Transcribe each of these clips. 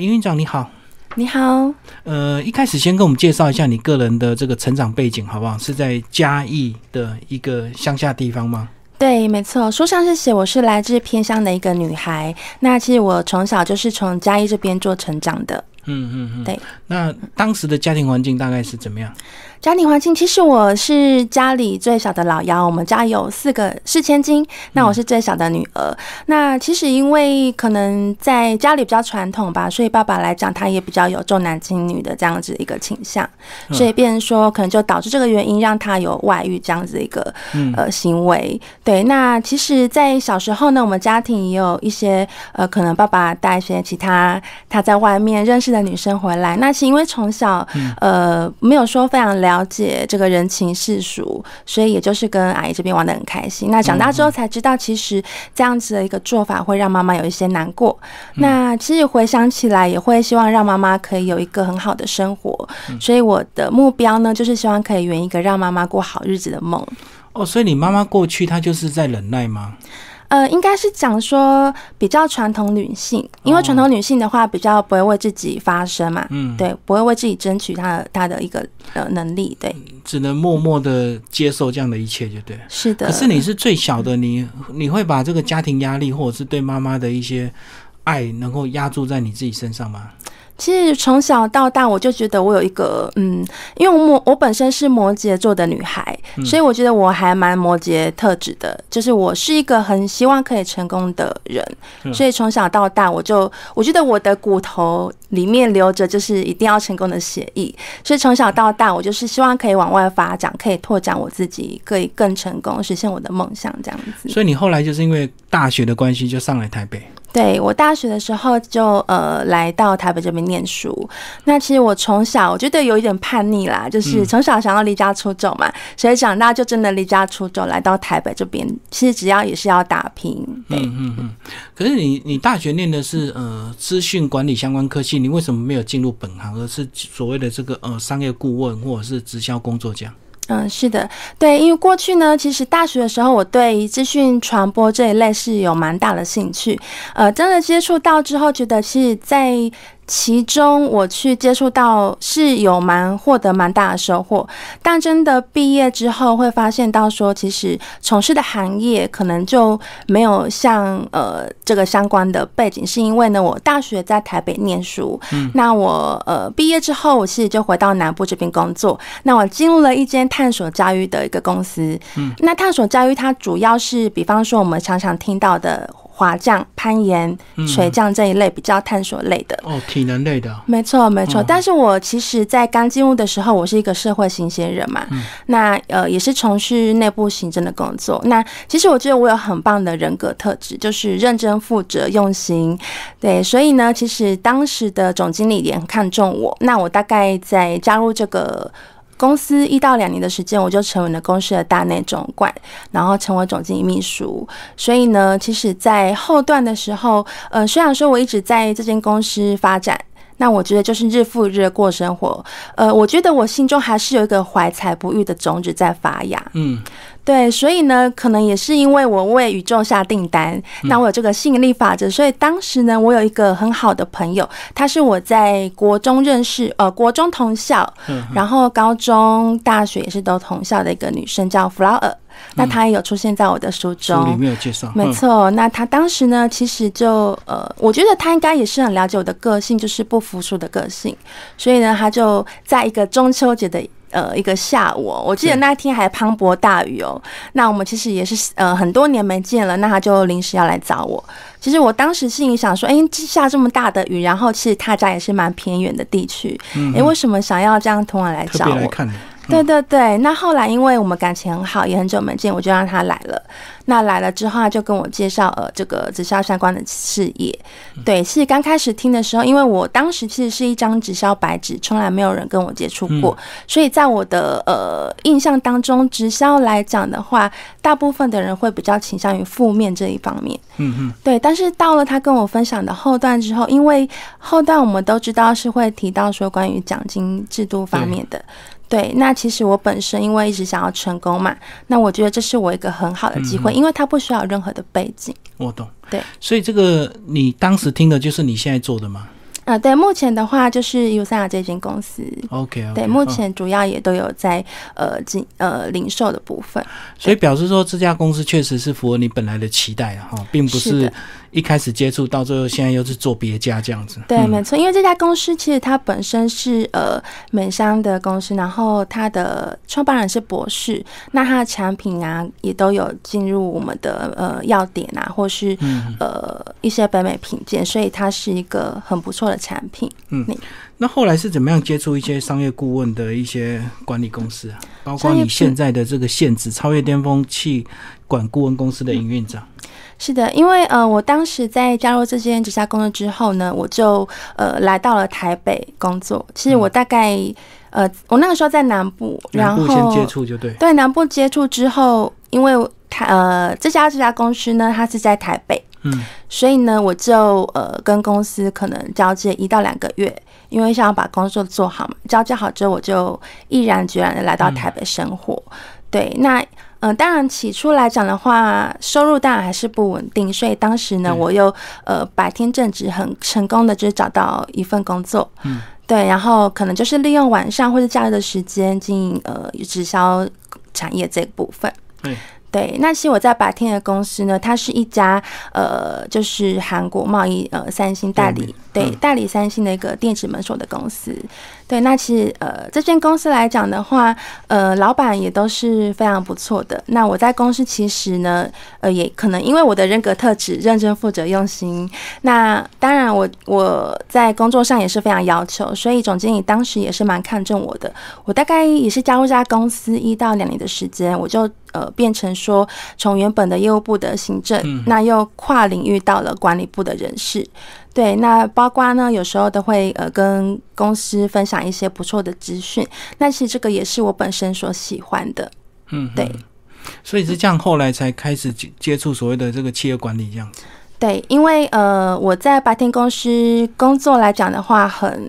严院长你好，你好，呃，一开始先跟我们介绍一下你个人的这个成长背景好不好？是在嘉义的一个乡下地方吗？对，没错，书上是写我是来自偏乡的一个女孩。那其实我从小就是从嘉义这边做成长的。嗯嗯嗯，对。那当时的家庭环境大概是怎么样？家庭环境，其实我是家里最小的老幺，我们家有四个四千金，那我是最小的女儿。那其实因为可能在家里比较传统吧，所以爸爸来讲，他也比较有重男轻女的这样子一个倾向，嗯所以变成说可能就导致这个原因让他有外遇这样子一个嗯呃行为。对，那其实，在小时候呢，我们家庭也有一些呃，可能爸爸带一些其他他在外面认识的女生回来。那是因为从小、呃没有说非常了解这个人情世俗，所以也就是跟阿姨这边玩的很开心。那长大之后才知道，其实这样子的一个做法会让妈妈有一些难过。那其实回想起来，也会希望让妈妈可以有一个很好的生活。所以我的目标呢，就是希望可以圆一个让妈妈过好日子的梦。哦，所以你妈妈过去她就是在忍耐吗？呃，应该是讲说比较传统女性，因为传统女性的话比较不会为自己发声嘛，哦嗯，，对，不会为自己争取她的她的一个呃能力，对，只能默默的接受这样的一切，就对了。是的。可是你是最小的，你你会把这个家庭压力或者是对妈妈的一些爱，能够压注在你自己身上吗？其实从小到大，我就觉得我有一个嗯，因为我摩我本身是摩羯座的女孩，所以我觉得我还蛮摩羯特质的，就是我是一个很希望可以成功的人，嗯所以从小到大，我就我觉得我的骨头里面流着就是一定要成功的血液，所以从小到大，我就是希望可以往外发展，可以拓展我自己，可以更成功，实现我的梦想这样子。所以你后来就是因为大学的关系就上来台北。对我大学的时候就呃来到台北这边念书，那其实我从小我觉得有一点叛逆啦，就是从小想要离家出走嘛，所以长大就真的离家出走来到台北这边，其实只要也是要打拼，对，嗯嗯嗯。可是你你大学念的是呃资讯管理相关科系，你为什么没有进入本行，而是所谓的这个呃商业顾问或者是直销工作家？嗯，是的，对，因为过去呢，其实大学的时候，我对于资讯传播这一类是有蛮大的兴趣。呃，真的接触到之后，觉得是在其中我去接触到是有蛮获得蛮大的收获。但真的毕业之后，会发现到说，其实从事的行业可能就没有像呃这个相关的背景，是因为呢，我大学在台北念书，那我呃毕业之后，我其实就回到南部这边工作。那我进入了一间探索教育的一个公司。嗯，那探索教育它主要是，比方说我们常常听到的滑降、攀岩、水降这一类比较探索类的。哦，体能类的哦。没错，没错。嗯但是我其实，在刚进入的时候，我是一个社会新鲜人嘛，那呃也是从事内部行政的工作。那其实我觉得我有很棒的人格特质，就是认真负责、用心。对，所以呢，其实当时的总经理也很看重我。那我大概在加入这个。公司一到两年的时间，我就成为了公司的大内总管，然后成为总经理秘书。所以呢，其实，在后段的时候，呃，虽然说我一直在这间公司发展，那我觉得就是日复一日的过生活。呃，我觉得我心中还是有一个怀才不遇的种子在发芽。嗯，对，所以呢，可能也是因为我为宇宙下订单，嗯那我有这个吸引力法则，所以当时呢，我有一个很好的朋友，他是我在国中认识，呃，国中同校，嗯然后高中、大学也是都同校的一个女生，叫弗劳尔。那她也有出现在我的书嗯书中，里面有介绍。没错，那他当时呢，其实就呃，我觉得他应该也是很了解我的个性，就是不服输的个性，所以呢，他就在一个中秋节的。呃，一个下午哦，我记得是那天还磅礴大雨哦。那我们其实也是呃很多年没见了，那他就临时要来找我。其实我当时心里想说，哎、这下这么大的雨，然后其实他家也是蛮偏远的地区，哎、嗯为什么想要这样突然来嗯，特找别我来？看你。对对对，那后来因为我们感情很好，也很久没见，我就让他来了。那来了之后，他就跟我介绍呃这个直销相关的事业。对，是刚开始听的时候，因为我当时其实是一张直销白纸，从来没有人跟我接触过，所以在我的呃印象当中，直销来讲的话，大部分的人会比较倾向于负面这一方面。嗯嗯对，但是到了他跟我分享的后段之后，因为后段我们都知道是会提到说关于奖金制度方面的。对，那其实我本身因为一直想要成功嘛，那我觉得这是我一个很好的机会，因为他不需要有任何的背景。我懂。对，所以这个你当时听的就是你现在做的吗？啊、对，目前的话就是 u s a 这间公司。 OK，, 嗯 o k 对，目、前主要也都有在呃经呃零售的部分，哦所以表示说这家公司确实是符合你本来的期待的哈，并不是是的一开始接触到最后现在又是做别家这样子。对，嗯没错，因为这家公司其实它本身是呃美商的公司，然后它的创办人是博士，那它的产品啊也都有进入我们的呃药典啊，或是、嗯呃一些北美品鉴，所以它是一个很不错的产品。那后来是怎么样接触一些商业顾问的一些管理公司啊？包括商业你现在的这个现职超越巅峰气管顾问公司的营运长。是的，因为呃，我当时在加入这间直辖公司之后呢，我就呃来到了台北工作。其实我大概、呃，我那个时候在南部，嗯然嗯南后部先接触就对，对南部接触之后，因为台呃这家这家公司呢，它是在台北，嗯，所以呢，我就呃跟公司可能交接一到两个月，因为想要把工作做好嘛。交接好之后，我就毅然决然的来嗯到台北生活。对，那呃，当然起初来讲的话，收入当然还是不稳定，所以当时呢，对我又呃白天正职很成功的就是找到一份工作。嗯。对，然后可能就是利用晚上或者假日的时间经营呃直销产业这部分。对嗯对，那其实我在白天的公司呢，它是一家呃，就是韩国贸易呃三星代理，对对、嗯代理三星的一个电子门锁的公司。对，那其实呃，这间公司来讲的话，呃，老板也都是非常不错的。那我在公司其实呢，呃，也可能因为我的人格特质，认真、负责、用心。那当然我，我在工作上也是非常要求，所以总经理当时也是蛮看重我的。我大概也是加入这家公司一到两年的时间，我就呃变成说，从原本的业务部的行政，嗯那又跨领域到了管理部的人事。对，那包括呢，有时候都会呃跟公司分享一些不错的资讯。那其实这个也是我本身所喜欢的。嗯，对，所以是这样，后来才开始接接触所谓的这个企业管理这样子。对，因为呃，我在白天公司工作来讲的话，很，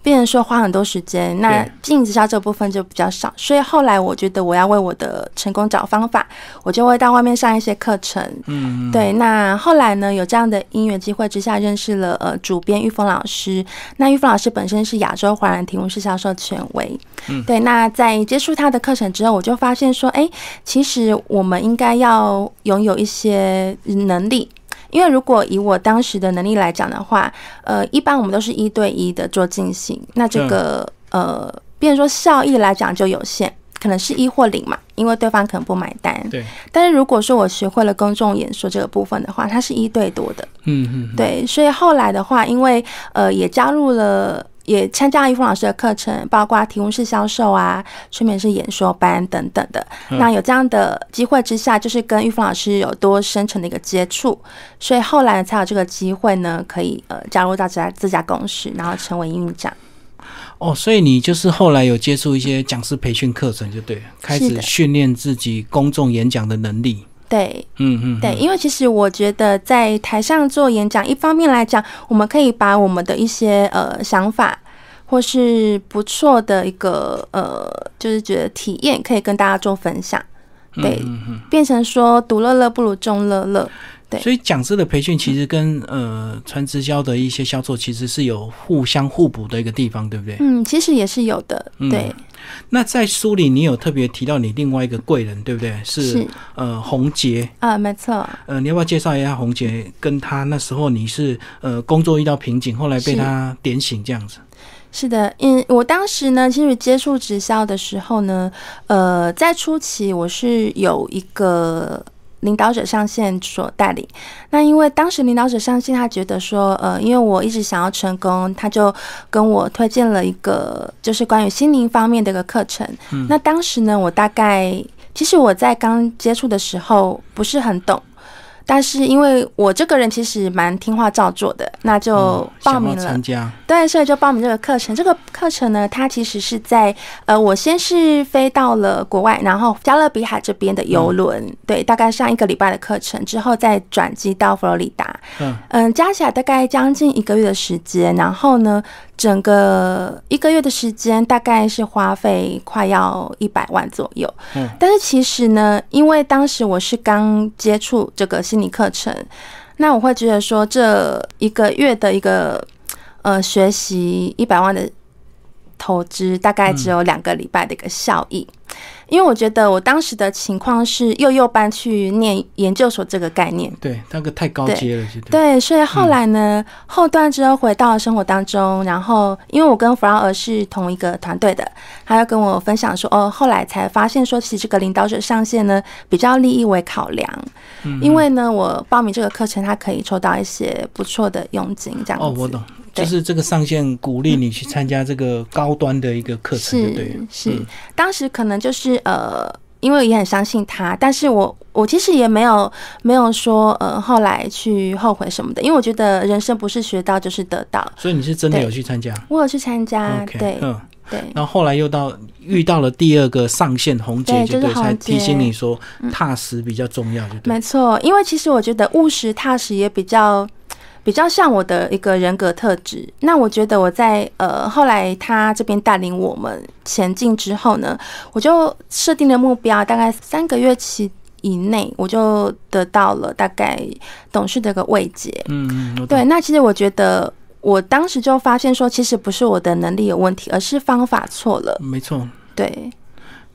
变成说花很多时间，那对经营直销这部分就比较少，所以后来我觉得我要为我的成功找方法，我就会到外面上一些课程。嗯，对，那后来呢，有这样的因缘机会之下，认识了呃主编玉峰老师。那玉峰老师本身是亚洲华人提供式销售权威，嗯，对。那在接触他的课程之后，我就发现说，哎，其实我们应该要拥有一些能力。因为如果以我当时的能力来讲的话，呃，一般我们都是一对一的做进行，那这个、嗯呃，变成说效益来讲就有限，可能是一或零嘛，因为对方可能不买单。对，但是如果说我学会了公众演说这个部分的话，它是一对多的，嗯嗯，对，所以后来的话，因为呃也加入了。也参加了于峰老师的课程，包括提供式销售啊、催眠式演说班等等的。嗯那有这样的机会之下，就是跟玉峰老师有多深层的一个接触，所以后来才有这个机会呢，可以呃加入到这家这家公司，然后成为营运长。哦，所以你就是后来有接触一些讲师培训课程就对了，开是始的训练自己公众演讲的能力。对，嗯嗯，对，因为其实我觉得在台上做演讲，一方面来讲，我们可以把我们的一些呃想法，或是不错的一个呃，就是觉得体验，可以跟大家做分享。嗯对，变成说独乐乐不如众乐乐。对嗯所以讲师的培训其实跟呃传直销的一些销售其实是有互相互补的一个地方，对不对？嗯，其实也是有的。嗯对，那在书里你有特别提到你另外一个贵人，对不对？是是呃洪杰，啊、没错。呃，你要不要介绍一下洪杰？跟他那时候你是呃工作遇到瓶颈，后来被是他点醒这样子。是的，嗯，我当时呢，其实接触直销的时候呢，呃，在初期我是有一个领导者上线所带领。那因为当时领导者上线，他觉得说，呃，因为我一直想要成功，他就跟我推荐了一个就是关于心灵方面的一个课程。嗯那当时呢，我大概其实我在刚接触的时候不是很懂。但是因为我这个人其实蛮听话照做的，那就嗯报想要名了。参加，对，所以就报名这个课程。这个课程呢，它其实是在呃，我先是飞到了国外，然后加勒比海这边的游轮，嗯对，大概上一个礼拜的课程之后，再转机到佛罗里达。嗯嗯，加起来大概将近一个月的时间。然后呢，整个一个月的时间大概是花费快要一百万左右。嗯但是其实呢，因为当时我是刚接触这个心理课程，那我会觉得说这一个月的一个呃学习一百万的投资，大概只嗯有两个礼拜的一个效益。因为我觉得我当时的情况是幼幼班去念研究所这个概念，对，那个太高阶了，觉得对，所以后来嗯呢，后段之后回到了生活当中，然后因为我跟弗劳尔是同一个团队的，他要跟我分享说，哦，后来才发现说，其实这个领导者上限呢，比较利益为考量，嗯因为呢，我报名这个课程，他可以抽到一些不错的佣金，这样子。哦，我懂，对就是这个上限鼓励你去参加这个高端的一个课程，就对了是。是、嗯当时可能就是呃，因为也很相信他，但是我我其实也没有没有说呃后来去后悔什么的，因为我觉得人生不是学到就是得到。所以你是真的对有去参加我有去参加 OK，对嗯，对然后后来又到遇到了第二个上限红姐，对就就是红才提姐嗯醒你说踏实比较重要，就对。没错，因为其实我觉得务实踏实也比较。比较像我的一个人格特质。那我觉得我在呃后来他这边带领我们前进之后呢，我就设定了目标，大概三个月期以内，我就得到了大概董事的一个慰藉。嗯嗯，我懂对，那其实我觉得我当时就发现说，其实不是我的能力有问题，而是方法错了。没错，对，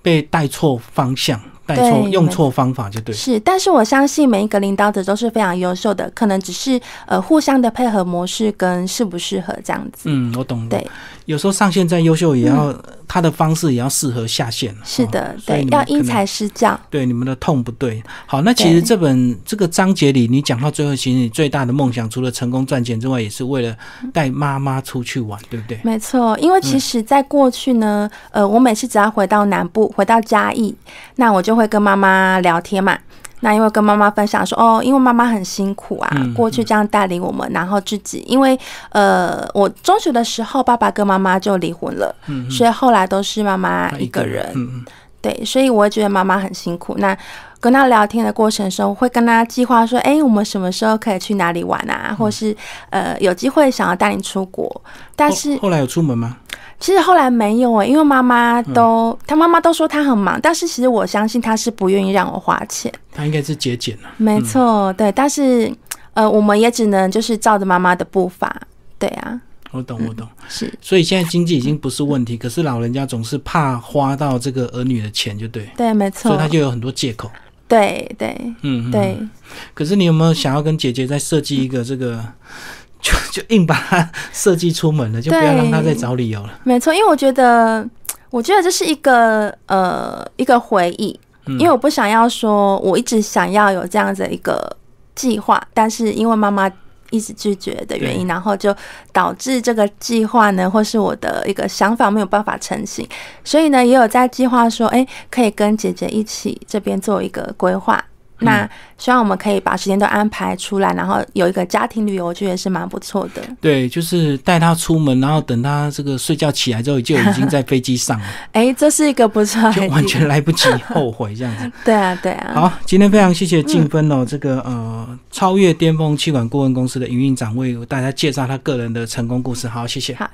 被带错方向，带对错没用错方法就对。是，但是我相信每一个领导者都是非常优秀的，可能只是呃互相的配合模式跟适不适合这样子。嗯，我懂。对，嗯有时候上线再优秀，也要、他的方式也要适合下线。是哦的，所以对你，们要可因能材施教。对，你们的痛不对。好，那其对实这本这个章节里，你讲到最后，其实你最大的梦想，除了成功赚钱之外，也是为了带妈妈出去玩，对不对？没错，因为其实，在过去呢，嗯呃，我每次只要回到南部，回到嘉义，那我就会跟妈妈聊天嘛。那因为跟妈妈分享说，哦，因为妈妈很辛苦啊，嗯过去这样带领我们，然后自己，因为呃，我中学的时候，爸爸跟妈妈就离婚了，嗯，所以后来都是妈妈他一个人。嗯嗯，对，所以我会觉得妈妈很辛苦。那跟她聊天的过程中，我会跟她计划说，哎，我们什么时候可以去哪里玩嗯啊？或是呃，有机会想要带你出国，但后是嗯后来有出门吗？其实后来没有诶、因为妈妈嗯都，她妈妈都说她很忙，但是其实我相信她是不愿意让我花钱。他应该是节俭了。没错，对，但是呃，我们也只能就是照着妈妈的步伐。对啊，我懂，我懂。是所以现在经济已经不是问题，可是老人家总是怕花到这个儿女的钱，就对，对，没所以错他，就有很多借口。对对嗯，嗯。对，可是你有没有想要跟姐姐再设计一个这个，就 就硬把它设计出门了，就不要对让她再找理由了。没错，因为我觉得，我觉得这是一个呃一个回忆，嗯因为我不想要说我一直想要有这样子的一个计划，但是因为妈妈一直拒绝的原因，然后就导致这个计划呢，或是我的一个想法没有办法成型，所以呢，也有在计划说，哎、可以跟姐姐一起这边做一个规划。那希望我们可以把时间都安排出来，然后有一个家庭旅游，我觉得是蛮不错的。对，就是带她出门，然后等她这个睡觉起来之后，就已经在飞机 上了，哎、这是一个不错的就 idea，完全来不及后悔这样子。 对啊，对啊。好，今天非常谢谢静芬哦，这个呃超越巅峰气管顾问公司的营运长为大家介绍他个人的成功故事。好，谢谢。好，